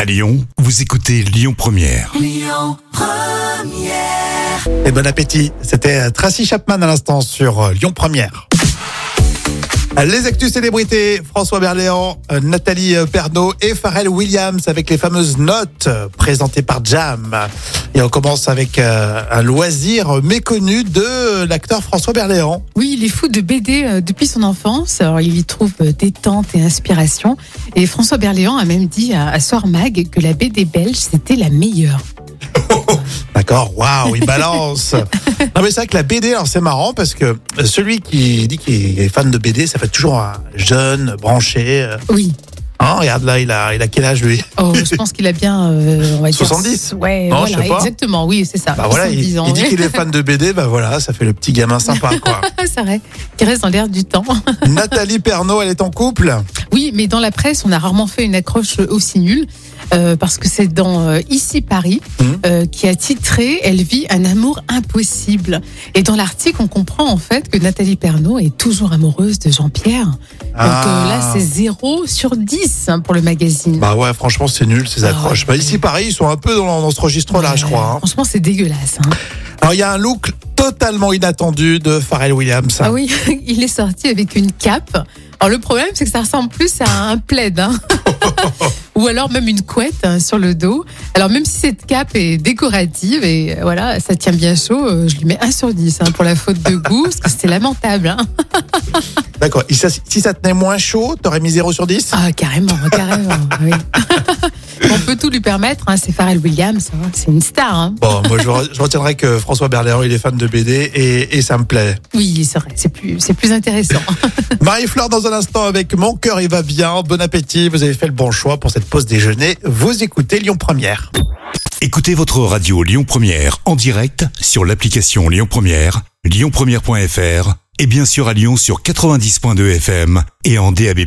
À Lyon, vous écoutez Lyon Première. Et bon appétit. C'était euh, Tracy Chapman à l'instant sur euh, Lyon Première. Les actus célébrités, François Berléand, euh, Nathalie Pernaud et Pharrell Williams avec les fameuses notes euh, présentées par Jam. Et on commence avec euh, un loisir méconnu de euh, l'acteur François Berléand. Oui, il est fou de BD euh, depuis son enfance. Alors, il y trouve euh, détente et inspiration. Et François Berléand a même dit à, à Soir Mag que la BD belge, c'était la meilleure. D'accord, waouh, il balance. non mais c'est vrai que la BD, alors c'est marrant parce que euh, celui qui dit qu'il est fan de BD, ça fait toujours un jeune, branché. euh, Oui. Hein, regarde là, il a, il a quel âge lui Oh, je pense qu'il a bien, euh, on va dire... 70? Ouais, Non, voilà, je sais pas. exactement. Oui, c'est ça. Bah voilà, il, 70 ans, il dit ouais. qu'il est fan de BD, bah voilà, ça fait le petit gamin sympa quoi. C'est vrai, qui reste dans l'air du temps. Nathalie Pernaud, elle est en couple. Oui, mais dans la presse, on a rarement fait une accroche aussi nulle. euh, parce que c'est dans euh, Ici Paris Mhm. euh, qui a titré Elle vit un amour impossible. Et dans l'article, on comprend en fait que Nathalie Pernaud est toujours amoureuse de Jean-Pierre. Donc euh, là, c'est 0 sur 10 hein, pour le magazine. Ah. Bah ouais, franchement, c'est nul ces Ah accroches. Bah ouais. ici, pareil, ils sont un peu dans, dans ce registre-là, je crois. hein. Franchement, c'est dégueulasse. hein. Alors, il y a un look totalement inattendu de Pharrell Williams. Ah oui, il est sorti avec une cape. Alors le problème, c'est que ça ressemble plus à un plaid. hein. Ou alors même une couette hein, sur le dos. Alors même si cette cape est décorative et euh, voilà, ça tient bien chaud, euh, je lui mets 1 sur 10 hein, pour la faute de goût, parce que c'était lamentable. hein. D'accord. Et ça- Si ça tenait moins chaud, t'aurais mis 0 sur 10 Ah carrément, carrément. oui. On peut tout lui permettre, hein, c'est Pharrell Williams, hein, c'est une star. hein. Bon, moi, je, re- je retiendrai que François Berléand, il est fan de BD et, et ça me plaît. Oui, c'est vrai, c'est plus, c'est plus intéressant. Marie-Fleur, dans un instant, avec Mon cœur, il va bien. Bon appétit. Vous avez fait le bon choix pour cette pause déjeuner. Vous écoutez Lyon Première. Écoutez votre radio Lyon Première en direct sur l'application Lyon Première, lyonpremière.fr et bien sûr à Lyon sur 90.2 FM et en DAB+.